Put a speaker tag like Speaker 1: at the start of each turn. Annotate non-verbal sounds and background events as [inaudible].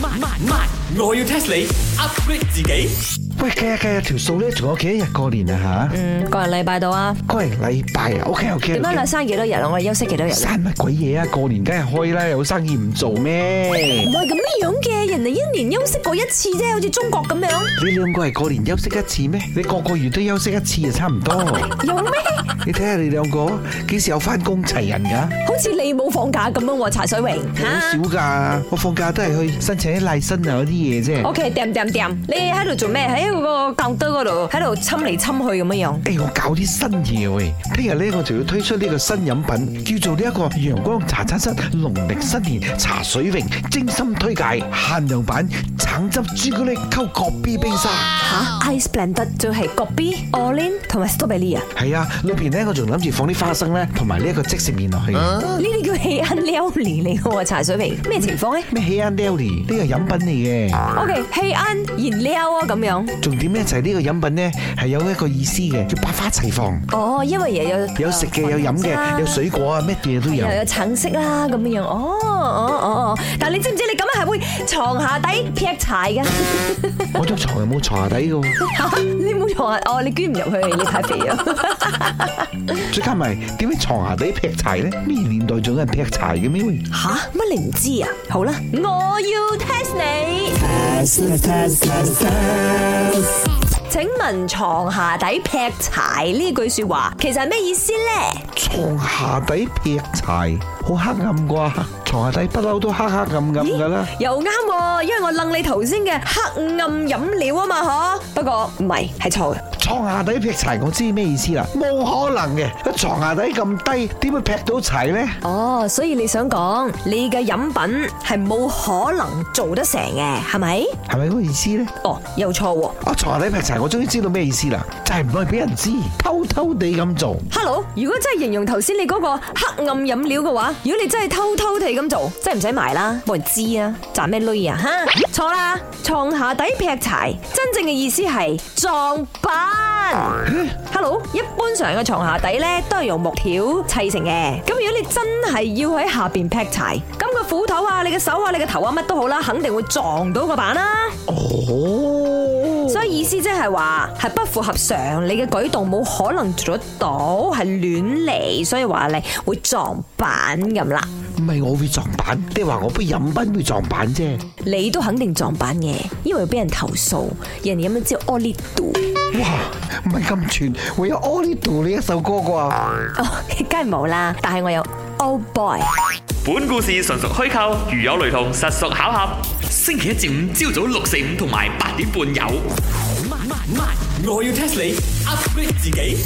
Speaker 1: 慢慢慢，我要 test 你 upgrade 自己。
Speaker 2: 喂，計下計下條數咧，仲有幾多日過年啊
Speaker 3: 嗯，個人禮拜到啊。
Speaker 2: 吓？過嚟禮拜啊，OK OK。
Speaker 3: 點解你生幾多日啊？我哋休息幾多日？
Speaker 2: 生乜鬼嘢啊？過年梗係開啦，有生意唔做咩？
Speaker 3: 唔係咁樣嘅，人哋一年休息過一次啫，好似中國咁樣，
Speaker 2: 你兩個係過年休息一次咩？你個個月都休息一次就差唔多。
Speaker 3: [laughs] 有咩？
Speaker 2: 你睇下你兩個幾時有翻工齊人㗎？
Speaker 3: 好似你冇放假咁樣喎，柴水榮
Speaker 2: 好少㗎，我放假都係去申請啲賴薪啊嗰啲嘢啫。
Speaker 3: OK，掂掂掂，你喺度做咩？喺個凳堆嗰度，喺度侵嚟侵去咁樣樣。
Speaker 2: 哎誒，我搞啲新嘢喂！聽日咧，我就要推出呢個新飲品，叫做呢一個陽光茶餐室農曆新年茶水榮精心推介限量版橙汁朱古力溝葛 B 冰沙。
Speaker 3: 吓，Ice Blended 就係國 B、Orange 同埋 Strawberry 啊，
Speaker 2: 係啊，裏邊咧我仲諗住放啲花生咧，同埋呢一個即食麵落去嘅。
Speaker 3: 呢啲叫氣氛 Lily 嚟嘅喎，柴水榮咩情況咧
Speaker 2: 咩喜安 deli 呢個飲品嚟嘅，
Speaker 3: ？OK，氣氛燃料啊咁樣。
Speaker 2: 重點咧就係呢個飲品咧係有一個意思嘅，叫百花齊放，
Speaker 3: 哦，因為又有
Speaker 2: 有食嘅，有飲嘅，有水果啊，咩嘢都有
Speaker 3: 又。有哎橙色啦咁樣樣，哦哦哦哦，但係你知唔知你咁樣係會床下底劈柴噶？
Speaker 2: 我張床又冇啊床下底嘅喎，
Speaker 3: [laughs] 嚇你冇床下，哦你捐唔入去，你太肥啊！ [laughs]
Speaker 2: 再加埋點解床下底劈柴咧？咩年代仲有人劈柴嘅咩？喂
Speaker 3: 吓乜你唔知啊？好啦，我要 test 你。請問床下底劈柴呢句說話其實係咩意思呢？
Speaker 2: 床下底劈柴，好黑暗啩？床下底不嬲都黑黑暗暗㗎啦。
Speaker 3: 又啱喎，因為我楞你頭先嘅黑暗飲料啊嘛，嗬。不過唔係，係錯嘅。
Speaker 2: 床下底劈柴，我知咩意思啦？冇可能嘅，個床下底咁低，點會劈到柴咧？
Speaker 3: 哦，所以你想講你嘅飲品係冇可能做得成嘅，係咪？
Speaker 2: 係咪嗰個意思咧？
Speaker 3: 哦，又錯喎。
Speaker 2: 我床下底劈柴，我終於知道咩意思啦，就係唔可以俾人知，偷偷地咁做。
Speaker 3: Hello，如果真係形容頭先你嗰個黑暗飲料嘅話，如果你真係偷偷地咁做，真係唔使埋啦，冇人知啊，賺咩鐳啊吓？錯啦，床下底劈柴，真正嘅意思係撞板。Hello，一般上嘅床下底咧都係用木條砌成嘅，咁如果你真係要喺下邊劈柴，咁個斧頭啊、你嘅手啊、你嘅頭啊乜都好啦，肯定會撞到個板啦。
Speaker 2: 哦，
Speaker 3: 所以意思即係話係不符合常理嘅舉動，冇可能做得到，係亂嚟，所以話你會撞板咁啦。
Speaker 2: 唔係我會撞板，你話我杯飲品會撞板啫。
Speaker 3: 你都肯定撞板嘅，因為會俾人投訴，人哋咁樣知道 all 度，
Speaker 2: 哇，唔係咁全，會有 All 呢度呢一首歌啩？
Speaker 3: 哦，梗係冇啦。但係我有 all boy。
Speaker 1: 本故事純屬虛構，如有雷同，實屬巧合。星期一至五朝早六四五同埋八點半有。我要 test 你 upgrade 自己。